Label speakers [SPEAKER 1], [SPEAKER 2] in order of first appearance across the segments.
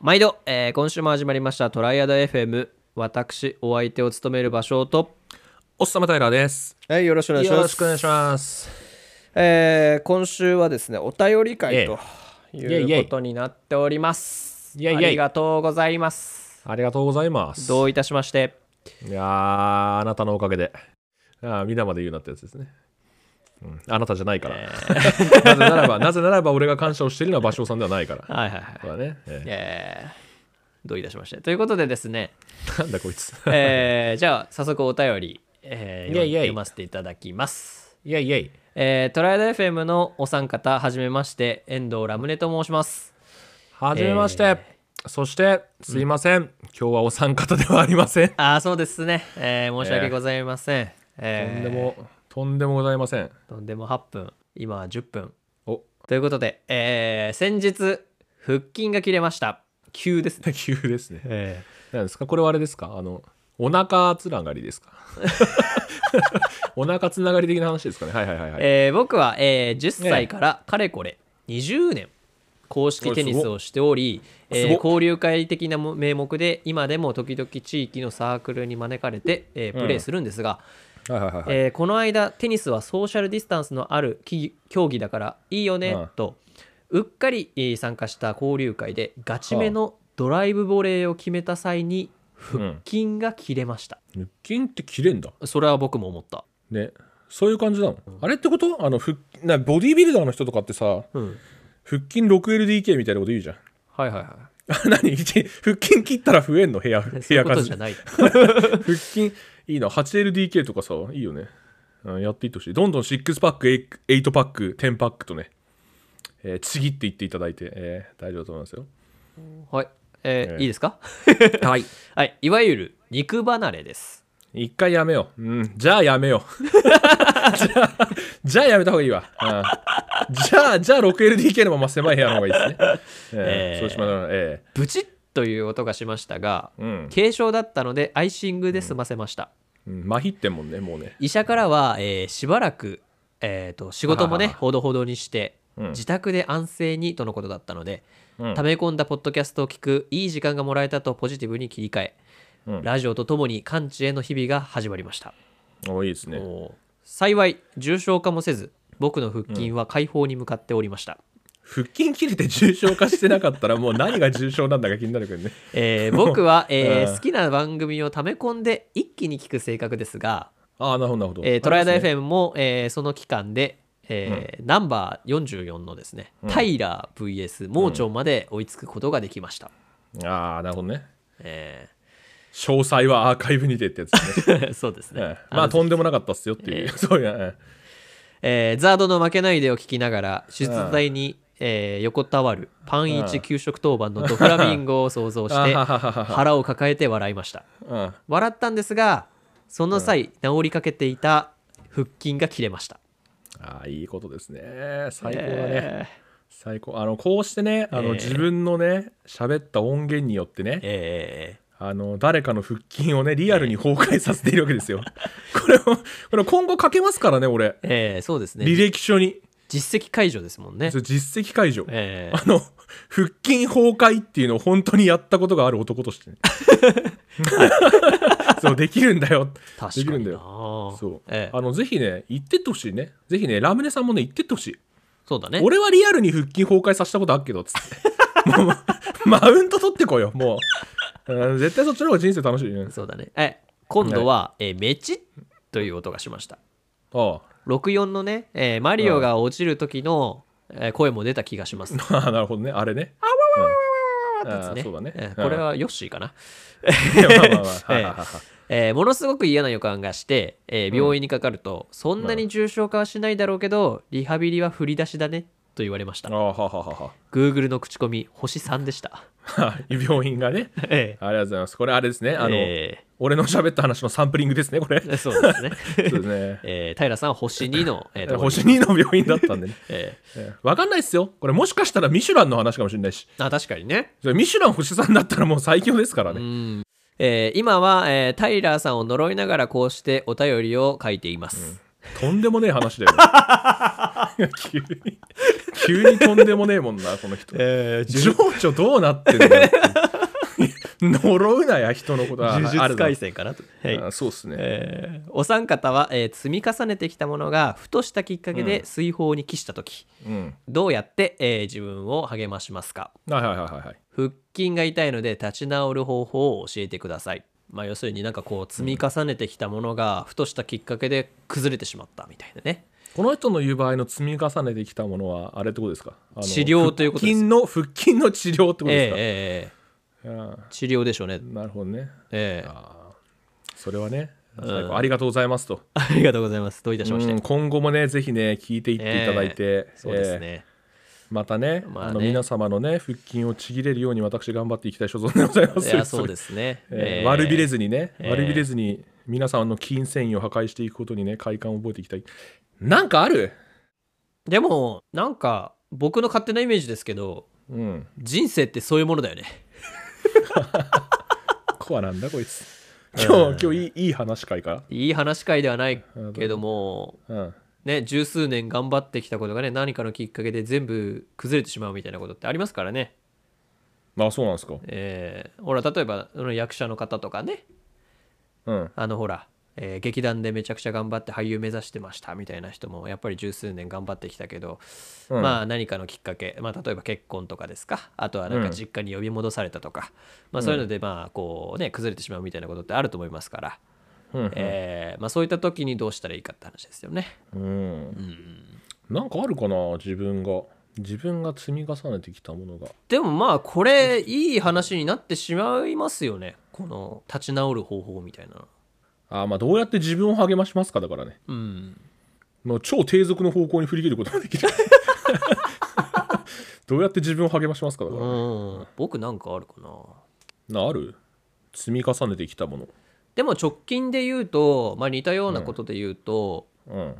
[SPEAKER 1] 毎度、えー今週も始まりましたトライアド FM 私お相手を務める場所と
[SPEAKER 2] おっさまタイラーです。
[SPEAKER 1] はいよろしくお願いし
[SPEAKER 2] よ
[SPEAKER 1] ま
[SPEAKER 2] ろ
[SPEAKER 1] す
[SPEAKER 2] しくお願いします。
[SPEAKER 1] えー今週はですねお便り
[SPEAKER 2] イェ
[SPEAKER 1] 会
[SPEAKER 2] イ
[SPEAKER 1] と
[SPEAKER 2] イェイイェ
[SPEAKER 1] いう
[SPEAKER 2] イ
[SPEAKER 1] ことになっております
[SPEAKER 2] イェイイェイ
[SPEAKER 1] ありがとうございます
[SPEAKER 2] ありがとうございます。
[SPEAKER 1] どういたしまして
[SPEAKER 2] いやー、あなたのおかげで。あー皆まで言うなってやつですね。うん、あなたじゃないから。 なぜならば、なぜならば俺が感謝をしているのは芭蕉さんではないから。
[SPEAKER 1] はいはいはい
[SPEAKER 2] そうだね。え
[SPEAKER 1] えーどういたしましてということでですね、
[SPEAKER 2] ーなんだこいつ。
[SPEAKER 1] え ーじゃあ早速お便り、えー
[SPEAKER 2] イェイイェイ
[SPEAKER 1] 読ませていただきます
[SPEAKER 2] いやいやい。
[SPEAKER 1] えー、トライアド FM のお三方はじめまして遠藤ラムネと申します
[SPEAKER 2] はじめまして。そして、すいません,、今日はお三方ではありません。
[SPEAKER 1] ああそうですね、えー申し訳ございません、え
[SPEAKER 2] と
[SPEAKER 1] ー
[SPEAKER 2] んでも、とんでもございません。
[SPEAKER 1] とんでも8分今は10分
[SPEAKER 2] お、
[SPEAKER 1] ということで、えー先日腹筋が切れました急ですね、
[SPEAKER 2] 急ですね。何ですかこれはあれですかあのお腹つながりですか お腹つながり的な話ですかねはいはいはいはい、
[SPEAKER 1] えー僕は、えー10
[SPEAKER 2] ええ
[SPEAKER 1] 歳からかれこれ20年公式テニスをしており、
[SPEAKER 2] おい
[SPEAKER 1] え
[SPEAKER 2] す
[SPEAKER 1] ー
[SPEAKER 2] ごっすごっ
[SPEAKER 1] 交流会的なも名目で今でも時々地域のサークルに招かれて、えープレーするんですが、
[SPEAKER 2] はいはいはいはい
[SPEAKER 1] えーこの間テニスはソーシャルディスタンスのあるき競技だからいいよね、
[SPEAKER 2] うん
[SPEAKER 1] とうっかりえー参加した交流会でガチめのドライブボレーを決めた際に腹筋が切れました、
[SPEAKER 2] 腹筋って切れんだ
[SPEAKER 1] それは僕も思った、
[SPEAKER 2] ねそういう感じなの、あれってことあの腹なボディービルダーの人とかってさ
[SPEAKER 1] うん、
[SPEAKER 2] 腹筋 6LDK みたいなこと言うじゃん
[SPEAKER 1] はいはいはい
[SPEAKER 2] あ何 一腹筋切ったら増えんの部屋部
[SPEAKER 1] そういう
[SPEAKER 2] 屋
[SPEAKER 1] こと
[SPEAKER 2] 数
[SPEAKER 1] じゃない
[SPEAKER 2] 腹筋いいな 8LDK とかさいいよね、うん、やっていってほしいどんどん6パック8 8パック10パックとね、えーちぎっていっていただいて、えー大丈夫だと思いますよ
[SPEAKER 1] はい、えー
[SPEAKER 2] ええ
[SPEAKER 1] いいですか
[SPEAKER 2] はい
[SPEAKER 1] はいいわゆる肉離れです
[SPEAKER 2] 一回やめよう。うん。じゃあやめよう。 じゃあ、じゃあやめた方がいいわ。うん、じゃあ、じゃあ 6LDK のまま狭い部屋の方がいいですね。え
[SPEAKER 1] えー
[SPEAKER 2] えそうしましょう。え
[SPEAKER 1] ブチッという音がしましたが、
[SPEAKER 2] えうん
[SPEAKER 1] 軽傷だったのでアイシングで済ませました、
[SPEAKER 2] うん。まひってんもんね、もうね。
[SPEAKER 1] 医者からは、えーしばらく、えー、と仕事もね
[SPEAKER 2] ははは
[SPEAKER 1] ほどほどにして、
[SPEAKER 2] うん
[SPEAKER 1] 自宅で安静にとのことだったので、
[SPEAKER 2] うん
[SPEAKER 1] 溜め込んだポッドキャストを聞くいい時間がもらえたとポジティブに切り替え、
[SPEAKER 2] うん
[SPEAKER 1] ラジオとともに完治への日々が始まりました、
[SPEAKER 2] おいいですね。
[SPEAKER 1] おー幸い重症化もせず僕の腹筋は解放に向かっておりました、
[SPEAKER 2] 腹筋切れて重症化してなかったら、もう何が重症なんだか気になるけどね。
[SPEAKER 1] えー僕は、えー
[SPEAKER 2] うん
[SPEAKER 1] 好きな番組を溜め込んで一気に聞く性格ですが、
[SPEAKER 2] ああ、なるほど、なるほど。
[SPEAKER 1] えートライアド
[SPEAKER 2] あれですね
[SPEAKER 1] FM も、えーその期間で、えーナンバー44のですね、タイラー VS 盲腸まで追いつくことができました、
[SPEAKER 2] ああ、なるほどね。
[SPEAKER 1] え
[SPEAKER 2] 詳細はアーカイブにてってやつですね。
[SPEAKER 1] ー そうですね、
[SPEAKER 2] ええまあ、とんでもなかったっすよっていう。 そういう。え
[SPEAKER 1] えーザードの負けないでを聞きながら手術台に、えー横たわるパン一給食当番のドフラミンゴを想像して
[SPEAKER 2] あはははは
[SPEAKER 1] 腹を抱えて笑いました
[SPEAKER 2] えうん。
[SPEAKER 1] 笑ったんですがその際、治りかけていた腹筋が切れました
[SPEAKER 2] ああいいことですね最高だね、
[SPEAKER 1] えー
[SPEAKER 2] 最高あのこうしてねあの、
[SPEAKER 1] えー
[SPEAKER 2] 自分のね喋った音源によってね、
[SPEAKER 1] え
[SPEAKER 2] あの誰かの腹筋をねリアルに崩壊させているわけですよ、 これをこれ今後かけますからね俺
[SPEAKER 1] ーえーそうですね
[SPEAKER 2] 履歴書に
[SPEAKER 1] 実績解除ですもんね
[SPEAKER 2] それ実績解除、
[SPEAKER 1] え
[SPEAKER 2] あの腹筋崩壊っていうのを本当にやったことがある男としてね そうできるんだよ
[SPEAKER 1] ー確か
[SPEAKER 2] で
[SPEAKER 1] に
[SPEAKER 2] き
[SPEAKER 1] な
[SPEAKER 2] るんだよそう、
[SPEAKER 1] ええ
[SPEAKER 2] あのぜひね行ってってほしいねぜひねラムネさんもね行ってってほしい
[SPEAKER 1] そうだね
[SPEAKER 2] 俺はリアルに腹筋崩壊させたことあっけどつってもうマウント取ってこいよもう、うん絶対そっちの方が人生楽しいね
[SPEAKER 1] そうだねえ今度は、えーメチッという音がしました
[SPEAKER 2] あ
[SPEAKER 1] 64のね、えーマリオが落ちる時の、えー声も出た気がします、ね
[SPEAKER 2] あなるほどねあれねあそうだね
[SPEAKER 1] えーこれはヨッシーかな、
[SPEAKER 2] いやまあまあま
[SPEAKER 1] え
[SPEAKER 2] あは
[SPEAKER 1] ー
[SPEAKER 2] ははは
[SPEAKER 1] えーものすごく嫌な予感がして、えー病院にかかると、そんなに重症化はしないだろうけどリハビリは振り出しだねと言われました
[SPEAKER 2] あははは
[SPEAKER 1] Google の口コミ星3で した、
[SPEAKER 2] は病院がね
[SPEAKER 1] え
[SPEAKER 2] ありがとうございますこれあれですね
[SPEAKER 1] ー
[SPEAKER 2] あの、
[SPEAKER 1] え
[SPEAKER 2] 俺の喋った話のサンプリングですねこれそ
[SPEAKER 1] ーそうですね、
[SPEAKER 2] うですね
[SPEAKER 1] えー平さん星2の、えーところに
[SPEAKER 2] 星2の病院だったんでね、
[SPEAKER 1] え
[SPEAKER 2] えーわかんないっすよこれもしかしたらミシュランの話かもしれないし
[SPEAKER 1] ーあ確かにね
[SPEAKER 2] それミシュラン星3だったらもう最強ですからね、
[SPEAKER 1] えー今は、えータイラーさんを呪いながらこうしてお便りを書いています、
[SPEAKER 2] とんでもねえ話だよね。急に、急にとんでもねえもんな、この人。
[SPEAKER 1] えー、
[SPEAKER 2] 情
[SPEAKER 1] 呪
[SPEAKER 2] 緒どうなってんだよっていう呪うなや、人のことは。
[SPEAKER 1] 呪
[SPEAKER 2] あ
[SPEAKER 1] 術
[SPEAKER 2] る
[SPEAKER 1] 廻戦かなと。はい
[SPEAKER 2] あそうっすね。
[SPEAKER 1] えーお三方は、えー積み重ねてきたものがふとしたきっかけで水泡に帰した時、
[SPEAKER 2] うん。
[SPEAKER 1] どうやって、えー自分を励ましますか
[SPEAKER 2] はいはいはいはいはい。
[SPEAKER 1] 腹筋が痛いので立ち直る方法を教えてください、まあ、要するになんかこう積み重ねてきたものがふとしたきっかけで崩れてしまったみたいなね
[SPEAKER 2] この人の言う場合の積み重ねてきたものは、あれってことですかあの
[SPEAKER 1] 治療ということです
[SPEAKER 2] 腹筋の、腹筋の治療ってこと
[SPEAKER 1] え
[SPEAKER 2] で
[SPEAKER 1] え
[SPEAKER 2] す
[SPEAKER 1] えええ
[SPEAKER 2] か、あ
[SPEAKER 1] え治療でしょうね
[SPEAKER 2] あなるほどね。
[SPEAKER 1] ええ
[SPEAKER 2] ああそれはね、最後ありがとうございますと。
[SPEAKER 1] ありがとうございますどういたしまして、
[SPEAKER 2] うん今後もね、ぜひね、聞いていっていただいて、
[SPEAKER 1] そうです
[SPEAKER 2] え
[SPEAKER 1] ね、
[SPEAKER 2] ーまたね,、
[SPEAKER 1] まあ
[SPEAKER 2] あ、
[SPEAKER 1] ね
[SPEAKER 2] の皆様のね、腹筋をちぎれるように私頑張っていきたい所存でございます。
[SPEAKER 1] いやそうですね、
[SPEAKER 2] えー悪びれ
[SPEAKER 1] ず
[SPEAKER 2] ずにね、
[SPEAKER 1] えー
[SPEAKER 2] 悪びれずに皆さんの筋繊維を破壊していくことにね快感を覚えていきたいなんかある
[SPEAKER 1] でもなんか僕の勝手なイメージですけど
[SPEAKER 2] うん
[SPEAKER 1] 人生ってそういうものだよね
[SPEAKER 2] コアなんだこ いつ今日今日いいいい話会か
[SPEAKER 1] いい話し会ではないけども
[SPEAKER 2] うん
[SPEAKER 1] ね十数年頑張ってきたことがね何かのきっかけで全部崩れてしまうみたいなことってありますからね
[SPEAKER 2] あそうなんですか
[SPEAKER 1] えーほら例えばその役者の方とかね
[SPEAKER 2] うん
[SPEAKER 1] あのほら、えー劇団でめちゃくちゃ頑張って俳優目指してましたみたいな人もやっぱり十数年頑張ってきたけど、
[SPEAKER 2] うん
[SPEAKER 1] まあ何かのきっかけ、まあ、例えば結婚とかですかあとはなん
[SPEAKER 2] う
[SPEAKER 1] か
[SPEAKER 2] ん
[SPEAKER 1] 実家に呼び戻されたとか、まあ、そういうのでまあこうね崩れてしまうみたいなことってあると思いますから、
[SPEAKER 2] うん
[SPEAKER 1] えーまあ、そういった時にどうしたらいいかって話ですよね。
[SPEAKER 2] うんなんかあるかな自分が自分が積み重ねてきたものが
[SPEAKER 1] でもまあこれいい話になってしまいますよねこの立ち直る方法みたいな。
[SPEAKER 2] あーまあどうやって自分を励ましますかだからね
[SPEAKER 1] うん、
[SPEAKER 2] もう超低俗の方向に振り切ることができ るどうやって自分を励ましますかだから、
[SPEAKER 1] うん、僕なんかあるかな。
[SPEAKER 2] なある積み重ねてきたもの
[SPEAKER 1] でも直近で言うと、まあ、似たようなことで言うと、
[SPEAKER 2] うん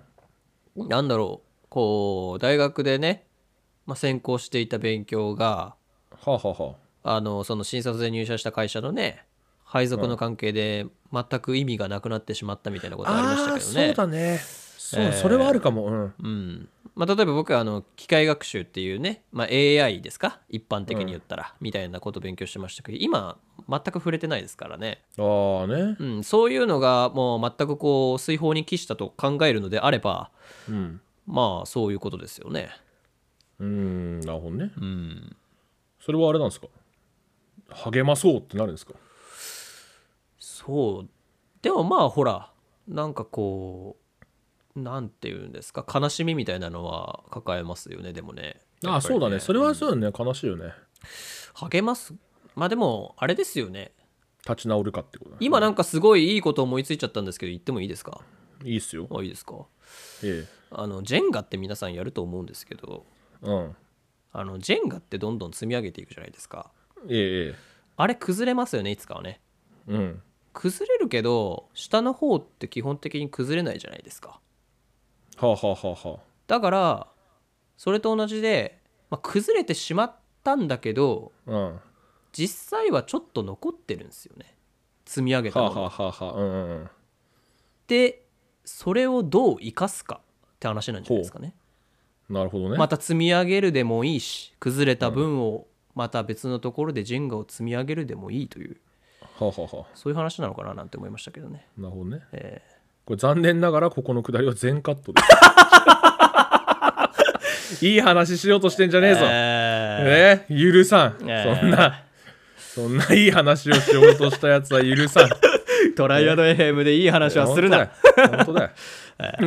[SPEAKER 1] なんだろうこう大学でね、まあ、専攻していた勉強が
[SPEAKER 2] はあ、はあは
[SPEAKER 1] あのその新卒で入社した会社のね配属の関係で全く意味がなくなってしまったみたいなことありましたけどね。
[SPEAKER 2] だねそう、
[SPEAKER 1] えー
[SPEAKER 2] それはあるかも、うん、
[SPEAKER 1] うんまあ、例えば僕はあの機械学習っていうね、まあ、AI ですか一般的に言ったら、みたいなことを勉強してましたけど今全く触れてないですからね、
[SPEAKER 2] ああね
[SPEAKER 1] うん、そういうのがもう全くこう水泡に帰したと考えるのであれば
[SPEAKER 2] うん
[SPEAKER 1] まあそういうことですよね。
[SPEAKER 2] うんなるほどね
[SPEAKER 1] うん、
[SPEAKER 2] それはあれなんですか励まそうってなるんですか
[SPEAKER 1] そうでもまあほらなんかこうなんて言うんですか悲しみみたいなのは抱えますよねでもね
[SPEAKER 2] ああそうだねそれ
[SPEAKER 1] は
[SPEAKER 2] はそうだね、悲しいよね
[SPEAKER 1] 励ますまあでもあれですよね
[SPEAKER 2] 立ち直るかってことだね
[SPEAKER 1] 今なんかすごいいいこと思いついちゃったんですけど言ってもいいですか
[SPEAKER 2] いいっすよ
[SPEAKER 1] あいいですか
[SPEAKER 2] え
[SPEAKER 1] あのジェンガって皆さんやると思うんですけど
[SPEAKER 2] えうん
[SPEAKER 1] あのジェンガってどんどん積み上げていくじゃないですか
[SPEAKER 2] えええ
[SPEAKER 1] あれ崩れますよねいつかはね
[SPEAKER 2] えうん
[SPEAKER 1] 崩れるけど下の方って基本的に崩れないじゃないですか
[SPEAKER 2] はあはあはあはあ
[SPEAKER 1] だからそれと同じで、まあ、崩れてしまったんだけど
[SPEAKER 2] うんは
[SPEAKER 1] 実際はちょっと残ってるんですよね積み上げ
[SPEAKER 2] あ
[SPEAKER 1] たも
[SPEAKER 2] は
[SPEAKER 1] の
[SPEAKER 2] あはあはあうんうんうん
[SPEAKER 1] でそれをどう生かすかって話なんじゃないですかね
[SPEAKER 2] なるほどね、
[SPEAKER 1] また積み上げるでもいいし崩れた分をまた別のところでジェンガを積み上げるでもいいという
[SPEAKER 2] はあはあは
[SPEAKER 1] そういう話なのかななんて思いましたけどね
[SPEAKER 2] あなるほどね
[SPEAKER 1] え
[SPEAKER 2] これ残念ながらここのくだりは全カットで すいい話しようとしてんじゃねえぞ、
[SPEAKER 1] え
[SPEAKER 2] ね許さん、
[SPEAKER 1] えー
[SPEAKER 2] そんなそんないい話をしようとしたやつは許さん
[SPEAKER 1] トライアド FM でいい話はするな
[SPEAKER 2] 本当だよ本当だよ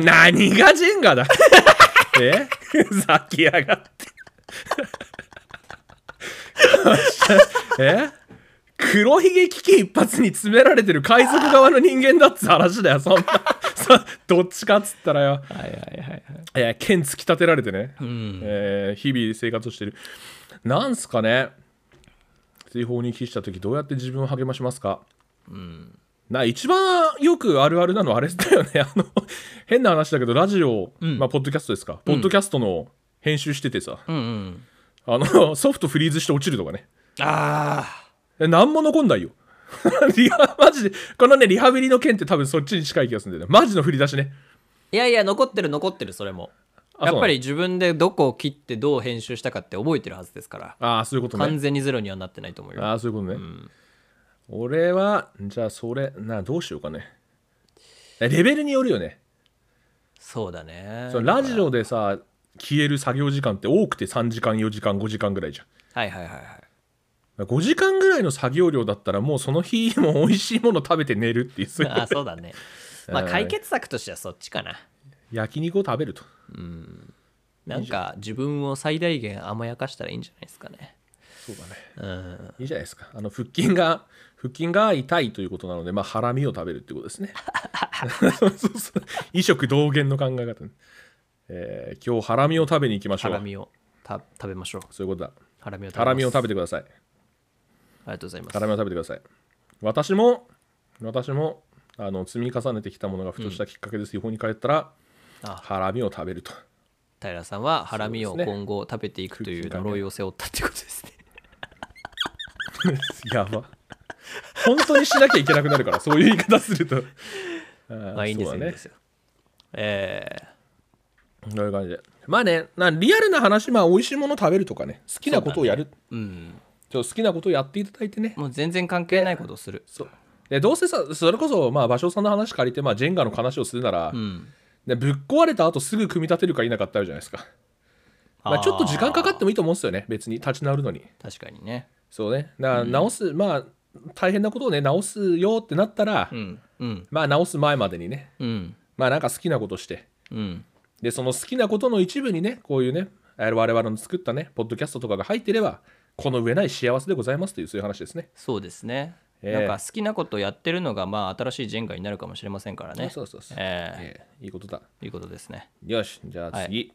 [SPEAKER 2] 何がジェンガだ えふざけやがって え黒ひげ危機一発に詰められてる海賊側の人間だって話だよそんな そどっちかっつったらよ
[SPEAKER 1] はいはいはいはい
[SPEAKER 2] えー剣突き立てられてね、
[SPEAKER 1] ん
[SPEAKER 2] えー日々生活してるなんすかね追放に帰した時どうやって自分を励ましますか、な一番よくあるあるなのあれだよね あの変な話だけどラジオ、まあ、ポッドキャストですか、ポッドキャストの編集しててさ、
[SPEAKER 1] うんうん
[SPEAKER 2] あのソフトフリーズして落ちるとかね
[SPEAKER 1] あ
[SPEAKER 2] え何も残んないよ リハマジでこのねリハビリの件って多分そっちに近い気がするんだよねマジの振り出しね
[SPEAKER 1] ーいやいや残ってる残ってるそれも
[SPEAKER 2] あ
[SPEAKER 1] やっぱり
[SPEAKER 2] そう
[SPEAKER 1] 自分でどこを切ってどう編集したかって覚えてるはずですから、
[SPEAKER 2] なのああそういうこと
[SPEAKER 1] 完
[SPEAKER 2] ね
[SPEAKER 1] 全にゼロにはなってないと思うよ
[SPEAKER 2] ああそういうことね、俺はじゃあそれなどうしようかねレベルによるよね
[SPEAKER 1] そうだね
[SPEAKER 2] そのラジオでさ消える作業時間って多くて3時間4時間5時間ぐらいじゃん
[SPEAKER 1] はいはいはいはい
[SPEAKER 2] 5時間ぐらいの作業量だったらもうその日も美味しいもの食べて寝る っていうそういう
[SPEAKER 1] あそうだ ね。まあ解決策としてはそっちかな。
[SPEAKER 2] 焼肉を食べると
[SPEAKER 1] なんか自分を最大限甘やかしたらいいんじゃないですかね。
[SPEAKER 2] そうだね
[SPEAKER 1] うん。
[SPEAKER 2] いいじゃないですかあの腹筋が腹筋が痛いということなのでまあハラミを食べるってことです ねそうそうそう異食同源の考え方ね、えー今日ハラミを食べに行きまし
[SPEAKER 1] ハ
[SPEAKER 2] ょ
[SPEAKER 1] ラ
[SPEAKER 2] う
[SPEAKER 1] ミをた食べましょう。
[SPEAKER 2] そういうことだ
[SPEAKER 1] ハラミを食べ
[SPEAKER 2] ハラミを食べ
[SPEAKER 1] べ
[SPEAKER 2] てください
[SPEAKER 1] ありがとうございます。
[SPEAKER 2] 辛めを食べてください私も私もあの積み重ねてきたものがふとしたきっかけです、違法に帰ったら
[SPEAKER 1] あ
[SPEAKER 2] ハラミを食べると
[SPEAKER 1] 平さんはハラミを
[SPEAKER 2] そうですね
[SPEAKER 1] 今後食べていくという呪いを背負ったってことですね。
[SPEAKER 2] やば本当にしなきゃいけなくなるからそういう言い方す ると
[SPEAKER 1] まあいいんですよ。い
[SPEAKER 2] そう
[SPEAKER 1] い
[SPEAKER 2] だ
[SPEAKER 1] んですよえ
[SPEAKER 2] そういう感じでまあねなリアルな話まあ美味しいもの食べるとかね好きなことをやる
[SPEAKER 1] ーうん。
[SPEAKER 2] そう好きなことをやっていただいてね
[SPEAKER 1] もう全然関係ないことをする。
[SPEAKER 2] そうでどうせさそれこそまあ芭蕉さんの話借りて、まあ、ジェンガの話をするなら、
[SPEAKER 1] うん。
[SPEAKER 2] でぶっ壊れた後すぐ組み立てるか否かってあるじゃないですか、まあ、ちょっと時間かかってもいいと思うんですよね別に立ち直るのに
[SPEAKER 1] 確かにね。
[SPEAKER 2] そうねだから直す、まあ大変なことをね直すよってなったら、
[SPEAKER 1] うん。うん。
[SPEAKER 2] まあ直す前までにね
[SPEAKER 1] うん。
[SPEAKER 2] まあなんか好きなことして
[SPEAKER 1] うん。
[SPEAKER 2] でその好きなことの一部にねこういうねあれ我々の作ったねポッドキャストとかが入ってればこの上ない幸せでございますというそういう話ですね
[SPEAKER 1] そうですね。
[SPEAKER 2] ええ
[SPEAKER 1] なんか好きなことをやってるのがまあ新しいジェンガになるかもしれませんからね。
[SPEAKER 2] そうそうそう、
[SPEAKER 1] ええ
[SPEAKER 2] ええいいことだ
[SPEAKER 1] ということですね。
[SPEAKER 2] よしじゃあ次、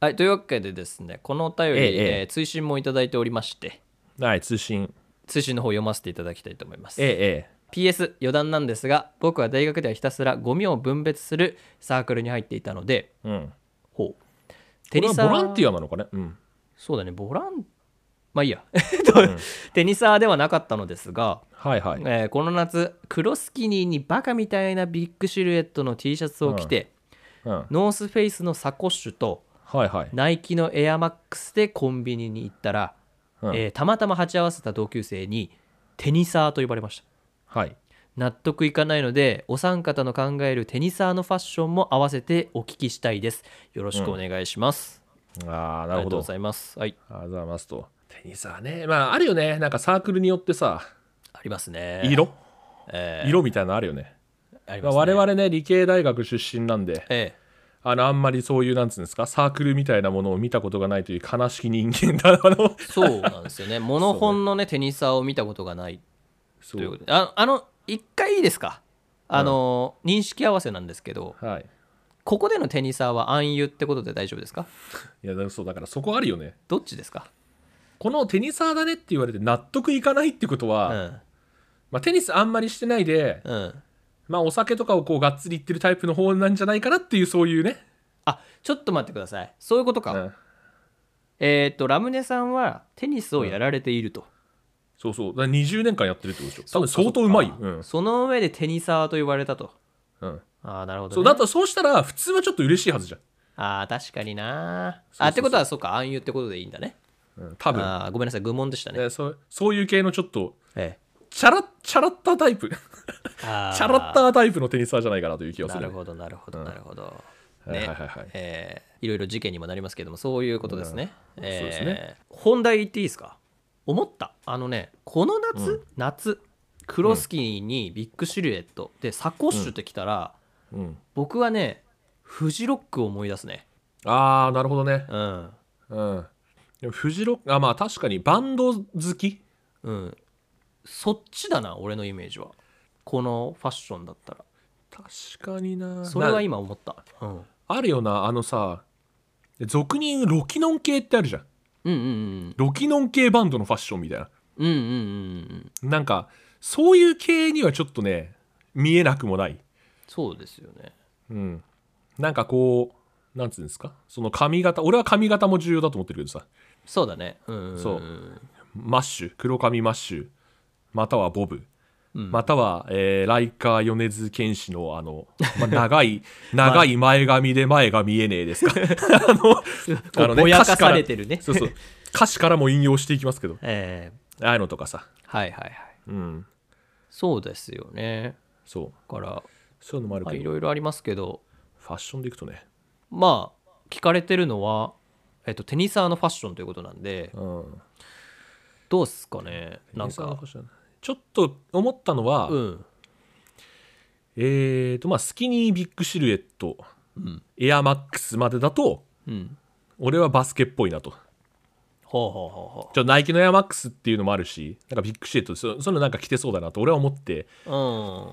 [SPEAKER 1] はい、というわけでですね、このお便り、
[SPEAKER 2] え
[SPEAKER 1] え
[SPEAKER 2] えええ
[SPEAKER 1] ー追伸もいただいておりまして、
[SPEAKER 2] はい、通信
[SPEAKER 1] 追伸の方読ませていただきたいと思います。
[SPEAKER 2] え
[SPEAKER 1] PS 余談なんですが、僕は大学ではひたすらゴミを分別するサークルに入っていたので、
[SPEAKER 2] えうん
[SPEAKER 1] ほう。
[SPEAKER 2] こ
[SPEAKER 1] テニ
[SPEAKER 2] れは
[SPEAKER 1] サ
[SPEAKER 2] ボ
[SPEAKER 1] ー
[SPEAKER 2] ランティアなのかねうん
[SPEAKER 1] そうだね、ボランまあいいや。 えっとテニサーではなかったのですが、
[SPEAKER 2] はいはい、
[SPEAKER 1] えーこの夏黒スキニーにバカみたいなビッグシルエットの T シャツを着て、
[SPEAKER 2] うん、はい
[SPEAKER 1] ノースフェイスのサコッシュと
[SPEAKER 2] はい
[SPEAKER 1] ナイキのエアマックスでコンビニに行ったら、
[SPEAKER 2] うん
[SPEAKER 1] えーたまたま鉢合わせた同級生にテニサーと呼ばれました
[SPEAKER 2] はい
[SPEAKER 1] 納得いかないのでお三方の考えるテニサーのファッションも合わせてお聞きしたいですよろしくお願いします、
[SPEAKER 2] ああな
[SPEAKER 1] あり
[SPEAKER 2] るほ
[SPEAKER 1] がとう
[SPEAKER 2] ど
[SPEAKER 1] ございますはい
[SPEAKER 2] ありがとうございますとテニサーねまああるよねなんかサークルによってさ
[SPEAKER 1] ありますね
[SPEAKER 2] 色、
[SPEAKER 1] え
[SPEAKER 2] 色みたいなのあるよね
[SPEAKER 1] ーあり
[SPEAKER 2] ま
[SPEAKER 1] ま
[SPEAKER 2] あ、
[SPEAKER 1] すね
[SPEAKER 2] 我々ね理系大学出身なんで
[SPEAKER 1] え
[SPEAKER 2] あのあんまりそういうなんつうんですかサークルみたいなものを見たことがないという悲しき人間だあ の
[SPEAKER 1] ーそうなんです よねモノホンのねテニサーを見たことがない
[SPEAKER 2] そ
[SPEAKER 1] ということでああの一回いいですかあの、認識合わせなんですけど
[SPEAKER 2] はい
[SPEAKER 1] ここでのテニサーは暗湯ってことで大丈夫ですか
[SPEAKER 2] いやだからそうだからそこあるよね
[SPEAKER 1] どっちですか、
[SPEAKER 2] このテニサーだねって言われて納得いかないってこと
[SPEAKER 1] う
[SPEAKER 2] は、
[SPEAKER 1] ん
[SPEAKER 2] まあ、テニスあんまりしてないで、
[SPEAKER 1] うん、
[SPEAKER 2] まあ、お酒とかをこうがっつりいってるタイプの方なんじゃないかなっていうそういうね、
[SPEAKER 1] あちょっと待ってくださいそういうことか、
[SPEAKER 2] うん
[SPEAKER 1] えっとラムネさんはテニスをやられていると、
[SPEAKER 2] そうそうだから20年間やってるってことでしょ多分
[SPEAKER 1] そっか
[SPEAKER 2] 相当うまいよ
[SPEAKER 1] そっ、
[SPEAKER 2] う
[SPEAKER 1] か
[SPEAKER 2] ん
[SPEAKER 1] その上でテニサーと言われたと
[SPEAKER 2] うん、
[SPEAKER 1] ああなるほど、ね、
[SPEAKER 2] そうだとそうしたら普通はちょっと嬉しいはずじゃ
[SPEAKER 1] ああ確かにな
[SPEAKER 2] そうそう
[SPEAKER 1] あってことはそうか暗湯ってことでいいんだね
[SPEAKER 2] ん、うん、多分
[SPEAKER 1] あーごめんなさい愚問でしたね、
[SPEAKER 2] でそうそういう系のちょっと
[SPEAKER 1] え
[SPEAKER 2] チャラッチャラッタタイプ
[SPEAKER 1] え、あ
[SPEAKER 2] チャラッタータイプのテニサーじゃないかなという気がす
[SPEAKER 1] な
[SPEAKER 2] る。
[SPEAKER 1] るほどなるほどなるほど、
[SPEAKER 2] はい
[SPEAKER 1] ね
[SPEAKER 2] はいはいはい
[SPEAKER 1] えーいろいろ事件にもなりますけどもそういうことですね、えー
[SPEAKER 2] そうですね
[SPEAKER 1] 本題言っていいですか思ったあのねこの夏、夏黒スキーにビッグシルエットでサコッシュってきたら、
[SPEAKER 2] うん、
[SPEAKER 1] 僕はねフジロックを思い出すね
[SPEAKER 2] ああ、なるほどね。
[SPEAKER 1] うん
[SPEAKER 2] うん。でもフジロック、あまあ確かにバンド好き
[SPEAKER 1] うんそっちだな俺のイメージはこのファッションだったら
[SPEAKER 2] 確かにな。
[SPEAKER 1] それは
[SPEAKER 2] な
[SPEAKER 1] 今思った、うん、うん
[SPEAKER 2] あるよな、あのさ、俗に言うロキノン系ってあるじゃん。
[SPEAKER 1] うんうん
[SPEAKER 2] ロキノン系バンドのファッションみたいな。
[SPEAKER 1] うんうんうんうん
[SPEAKER 2] なんか、そういう系にはちょっとね、見えなくもない。
[SPEAKER 1] そうですよね
[SPEAKER 2] うん。なんかこう、なんつうんですかその髪型、俺は髪型も重要だと思ってるけどさ、
[SPEAKER 1] そうだねうんんん
[SPEAKER 2] そうマッシュ、黒髪マッシュ、またはボブ。または、えー、ライカ米津玄師のあの、まあ、長い 長い前髪で前が見えねえですか あの
[SPEAKER 1] こう
[SPEAKER 2] あのね
[SPEAKER 1] ぼやか
[SPEAKER 2] 歌詞ら
[SPEAKER 1] されてるね
[SPEAKER 2] そうそう歌詞からも引用していきますけど
[SPEAKER 1] え
[SPEAKER 2] ああいうのとかさ
[SPEAKER 1] ーはいはいはい
[SPEAKER 2] うん
[SPEAKER 1] そうですよね
[SPEAKER 2] そう
[SPEAKER 1] だから
[SPEAKER 2] そういうのもある
[SPEAKER 1] まあ
[SPEAKER 2] け
[SPEAKER 1] い
[SPEAKER 2] ど
[SPEAKER 1] ろいろありますけど
[SPEAKER 2] ファッションでいくとね
[SPEAKER 1] まあ聞かれてるのは、えっと、テニサーのファッションということなんで
[SPEAKER 2] うん
[SPEAKER 1] どうっすかねなん
[SPEAKER 2] テニスの
[SPEAKER 1] か
[SPEAKER 2] ファッションちょっと思ったのは、
[SPEAKER 1] うん
[SPEAKER 2] えーとまあスキニービッグシルエット
[SPEAKER 1] うん
[SPEAKER 2] エアマックスまでだと
[SPEAKER 1] うん
[SPEAKER 2] 俺はバスケっぽいなと
[SPEAKER 1] ほうほうほうほう
[SPEAKER 2] ちょナイキのエアマックスっていうのもあるしなんかビッグシルエットそそういうのなんか着てそうだなと俺は思って
[SPEAKER 1] う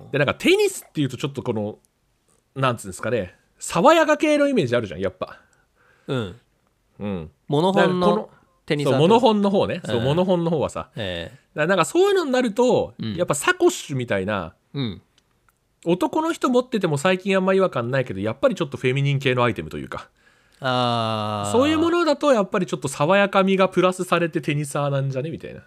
[SPEAKER 1] ん
[SPEAKER 2] でなんかテニスっていうとちょっとこのなんつうんですかね爽やか系のイメージあるじゃんやっぱ
[SPEAKER 1] うん
[SPEAKER 2] うん
[SPEAKER 1] モノホン
[SPEAKER 2] だから
[SPEAKER 1] の
[SPEAKER 2] この
[SPEAKER 1] テニサ
[SPEAKER 2] そ
[SPEAKER 1] ー
[SPEAKER 2] う
[SPEAKER 1] と
[SPEAKER 2] モノホンの方ね、そう
[SPEAKER 1] うん
[SPEAKER 2] モノホンの方はさ
[SPEAKER 1] ええ
[SPEAKER 2] だからなんかそういうのになると、
[SPEAKER 1] うん
[SPEAKER 2] やっぱサコッシュみたいな
[SPEAKER 1] うん
[SPEAKER 2] 男の人持ってても最近あんま違和感ないけどやっぱりちょっとフェミニン系のアイテムというか
[SPEAKER 1] ああ
[SPEAKER 2] そういうも
[SPEAKER 1] の
[SPEAKER 2] のだとやっぱりちょっと爽やかみがプラスされてテニサーなんじゃねみたいな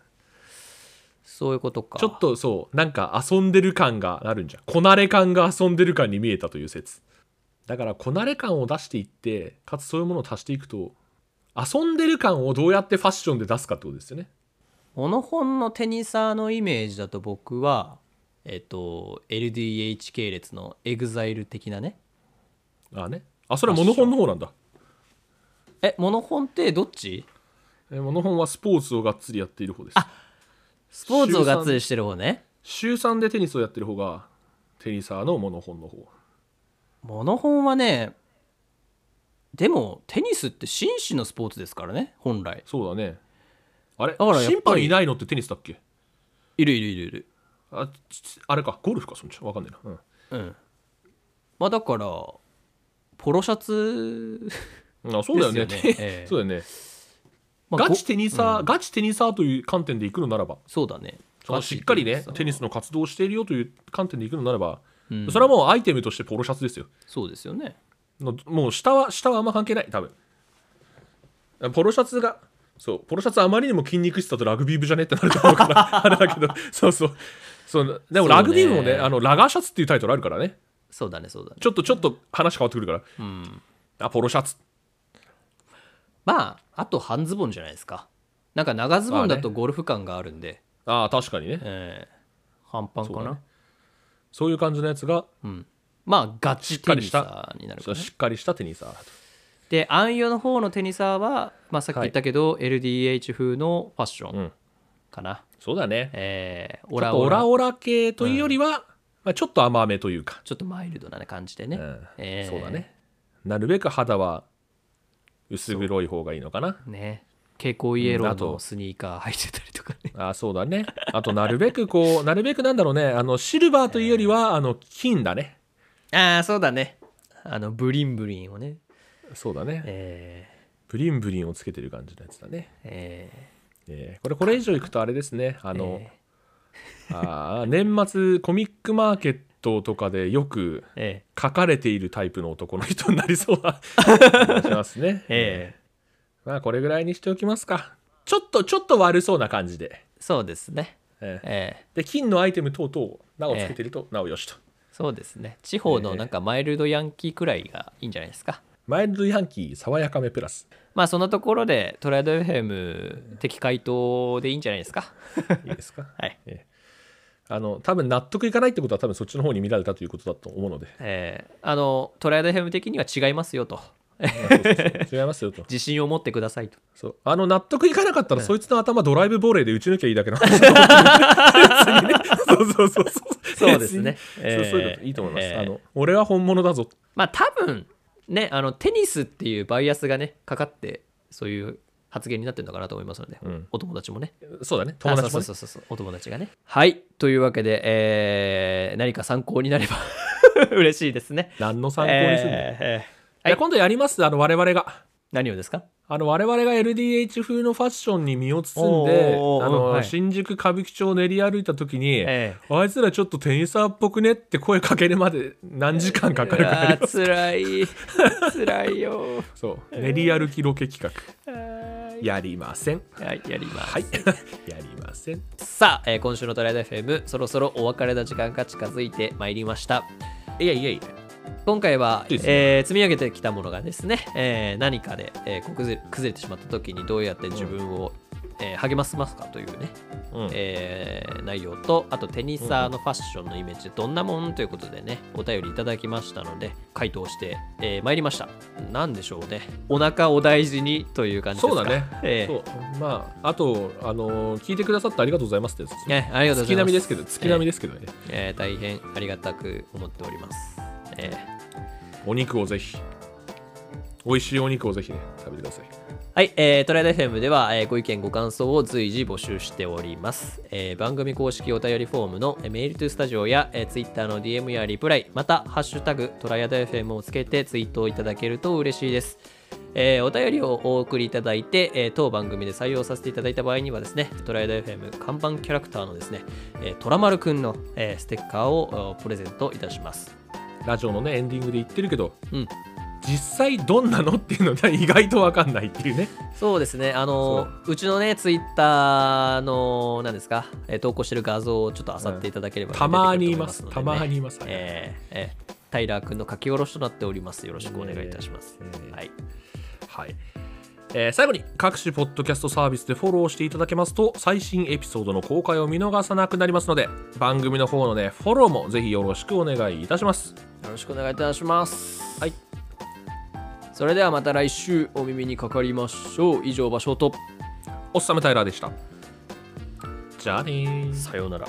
[SPEAKER 1] そういうことか
[SPEAKER 2] ちょっとそうなんか遊んでる感があるんじゃんこなれ感が遊んでる感に見えたという説だからこなれ感を出していってかつそういうものを足していくと遊んでる感をどうやってファッションで出すかってことですよね
[SPEAKER 1] モノホンのテニサーのイメージだと僕はえっと LDH 系列のエグザイル的なね
[SPEAKER 2] ああねあそれはモノホンの方なんだ
[SPEAKER 1] えモノホンってどっち
[SPEAKER 2] えモノホンはスポーツをがっつりやっている方です
[SPEAKER 1] スポーツをがっつりしてる方ね
[SPEAKER 2] 週3でテニスをやってる方がテニサーのモノホンの方
[SPEAKER 1] モノホンはねでもテニスって紳士のスポーツですからね本来
[SPEAKER 2] そうだねあれ
[SPEAKER 1] からやっぱり
[SPEAKER 2] 審判いないのってテニスだっけ
[SPEAKER 1] いるいるいるいる
[SPEAKER 2] あつあれかゴルフかそんじゃわかんないな、うん
[SPEAKER 1] うんまあだからポロシャツ
[SPEAKER 2] あそうだよね
[SPEAKER 1] です よねええ
[SPEAKER 2] そうだよね、
[SPEAKER 1] まあ
[SPEAKER 2] ガチテニサー、ガチテニサーという観点でいくのならば
[SPEAKER 1] そうだね
[SPEAKER 2] そのしっかりねテニ
[SPEAKER 1] ス
[SPEAKER 2] スの活動をしているよという観点でいくのならば、
[SPEAKER 1] うん
[SPEAKER 2] それはもうアイテムとしてポロシャツですよ
[SPEAKER 1] そうですよね
[SPEAKER 2] のもう下は下はあんま関係ない多分ポロシャツがそうポロシャツあまりにも筋肉質だとラグビー部じゃねってなると思うから あれだけどそうそうそうでも
[SPEAKER 1] そうね
[SPEAKER 2] ラグビー部もねあのラガーシャツっていうタイトルあるからね
[SPEAKER 1] そうだねそうだね
[SPEAKER 2] ちょっとちょっと話変わってくるから、あポロシャツ
[SPEAKER 1] まああと半ズボンじゃないですかなんか長ズボンだとゴルフ感があるんで、
[SPEAKER 2] ああ確かにね
[SPEAKER 1] ええ半パンか
[SPEAKER 2] そう
[SPEAKER 1] な、
[SPEAKER 2] だねそういう感じのやつが
[SPEAKER 1] まあガチテニサーになるか
[SPEAKER 2] そう
[SPEAKER 1] な
[SPEAKER 2] しっかりしたテニサーだと
[SPEAKER 1] で暗用の方のテニサーは、まあ、さっき言ったけど、LDH 風のファッショ
[SPEAKER 2] う
[SPEAKER 1] ン
[SPEAKER 2] ん
[SPEAKER 1] かな、
[SPEAKER 2] そうだね
[SPEAKER 1] えー
[SPEAKER 2] オ
[SPEAKER 1] オ
[SPEAKER 2] ラ
[SPEAKER 1] ラ
[SPEAKER 2] オ
[SPEAKER 1] オラ
[SPEAKER 2] ラオラ系というよりは、まあ、ちょっと甘めというか、
[SPEAKER 1] ちょっとマイルドな感じでね、
[SPEAKER 2] うん
[SPEAKER 1] えー
[SPEAKER 2] そうだねなるべく肌は薄黒い方がいいのかな
[SPEAKER 1] ね蛍光イエロ
[SPEAKER 2] うんあ
[SPEAKER 1] ー
[SPEAKER 2] と
[SPEAKER 1] のスニーカー履いてたりとかね
[SPEAKER 2] あそうだねあとなるべくこうなるべくなんだろうねあのシルバーというよりは、あの金だね
[SPEAKER 1] ああそうだねあのブリンブリンをね
[SPEAKER 2] そうだね
[SPEAKER 1] えー
[SPEAKER 2] ブリンブリンをつけてる感じのやつだね、
[SPEAKER 1] え
[SPEAKER 2] えーこれこれ以上いくとあれですねあ
[SPEAKER 1] ー
[SPEAKER 2] の、あー年末コミックマーケットとかでよく
[SPEAKER 1] えーえ
[SPEAKER 2] 書かれているタイプの男の人になりそうな 気がしますね
[SPEAKER 1] ーえ
[SPEAKER 2] まあこれぐらいにしておきますかちょっとちょっと悪そうな感じで、
[SPEAKER 1] ーそうですね
[SPEAKER 2] ええ
[SPEAKER 1] え
[SPEAKER 2] で金のアイテム等々をなおつけてるとなおよしと、
[SPEAKER 1] ーそうですね地方のなんかマイルドヤンキーくらいがいいんじゃないですか
[SPEAKER 2] マイルドヤンキー爽やかめプラス
[SPEAKER 1] まあそんなところでトライアド FM 的回答でいいんじゃないですか
[SPEAKER 2] いいで すか
[SPEAKER 1] はい
[SPEAKER 2] あの多分納得いかないってことは多分そっちの方に見られたということだと思 うので
[SPEAKER 1] えーあのトライアド FM 的には違いますよと
[SPEAKER 2] そうそうそう違いますよと
[SPEAKER 1] 自信を持ってくださいと
[SPEAKER 2] そうあの納得いかなかったらそいつの頭ドライブボレーで打ち抜きゃいいだ けの話そうそうそうそう
[SPEAKER 1] そうですね
[SPEAKER 2] 別に
[SPEAKER 1] ええ
[SPEAKER 2] そうそういうこといいと思います、
[SPEAKER 1] ええ
[SPEAKER 2] あの俺は本物だぞ
[SPEAKER 1] まあ多分ねあのテニスっていうバイアスがねかかってそういう発言になってるのかなと思いますので、
[SPEAKER 2] ん
[SPEAKER 1] お友達もね
[SPEAKER 2] そうだね友達も、ね、
[SPEAKER 1] あそうそうそうそうお友達がねはいというわけで、えー何か参考になれば 嬉しいですね
[SPEAKER 2] 何の参考にするの、
[SPEAKER 1] えーえー
[SPEAKER 2] い
[SPEAKER 1] は
[SPEAKER 2] や
[SPEAKER 1] い
[SPEAKER 2] 今度やりますあの我々が
[SPEAKER 1] 何をですか
[SPEAKER 2] あの我々が LDH 風のファッションに身を包んで
[SPEAKER 1] おー
[SPEAKER 2] あの、
[SPEAKER 1] うんはい
[SPEAKER 2] 新宿歌舞伎町を練り歩いた時に、
[SPEAKER 1] ええ
[SPEAKER 2] あいつらちょっとテニサーっぽくねって声かけるまで何時間かかるか
[SPEAKER 1] あ
[SPEAKER 2] な
[SPEAKER 1] つらいつらいよ
[SPEAKER 2] そう練り歩きロケ企画
[SPEAKER 1] あー
[SPEAKER 2] やりません
[SPEAKER 1] はい、やります。
[SPEAKER 2] はい やりません
[SPEAKER 1] さあ、えー今週のトライアド FM、そろそろお別れの時間が近づいてまいりました。
[SPEAKER 2] いやいやいや
[SPEAKER 1] 今回はい
[SPEAKER 2] いです
[SPEAKER 1] えー積み上げてきたものがですね、えー何かで、えーこう崩れ崩れてしまった時にどうやって自分を、えー励ませますかというね、
[SPEAKER 2] うん
[SPEAKER 1] えー内容とあとテニサーのファッションのイメージどんなもんということでねお便りいただきましたので回答して、えー参りました何でしょうねお腹を大事にという感じです
[SPEAKER 2] そ
[SPEAKER 1] か
[SPEAKER 2] うだね、
[SPEAKER 1] えー
[SPEAKER 2] そうまああとあのー聞いてくださってありがとうございますです
[SPEAKER 1] ねありがとうござ
[SPEAKER 2] 月
[SPEAKER 1] います
[SPEAKER 2] 並みですけど月並みですけどね、
[SPEAKER 1] えー大変ありがたく思っております、えー
[SPEAKER 2] お肉をぜひ美味しいお肉をぜひね食べてください
[SPEAKER 1] はい、えー、トライアド FM では、えーご意見ご感想を随時募集しております、えー番組公式お便りフォームのえーメールトゥスタジオや、えー、Twitter の DM やリプライまた「ハッシュタグトライアド FM」をつけてツイートをいただけると嬉しいですえーお便りをお送りいただいて、えー当番組で採用させていただいた場合にはですね、トライアド FM 看板キャラクターのですね、えー、トラマルくんの、えーステッカーをおプレゼントいたします。
[SPEAKER 2] ラジオのねエンディングで言ってるけど、
[SPEAKER 1] うん
[SPEAKER 2] 実際どんなのっていうのは意外と分かんないっていうね
[SPEAKER 1] そうですね、あのうちのね、ツイッターの、なんですか、えー投稿してる画像をちょっと漁っていただければ、
[SPEAKER 2] たまにいます
[SPEAKER 1] 出てく
[SPEAKER 2] た
[SPEAKER 1] ると思
[SPEAKER 2] ま
[SPEAKER 1] いのでね
[SPEAKER 2] にいます、
[SPEAKER 1] えーえータイラー君の書き下ろしとなっております。よろしくお願いいたします。
[SPEAKER 2] ねえ
[SPEAKER 1] はい、
[SPEAKER 2] はいえー最後に各種ポッドキャストサービスでフォローしていただけますと最新エピソードの公開を見逃さなくなりますので番組の方のねフォローもぜひよろしくお願いいたします
[SPEAKER 1] よろしくお願いいたします。
[SPEAKER 2] はい。
[SPEAKER 1] それではまた来週お耳にかかりましょう。以上、場所と、
[SPEAKER 2] おっさむタイラーでしたじゃあねー
[SPEAKER 1] さようなら。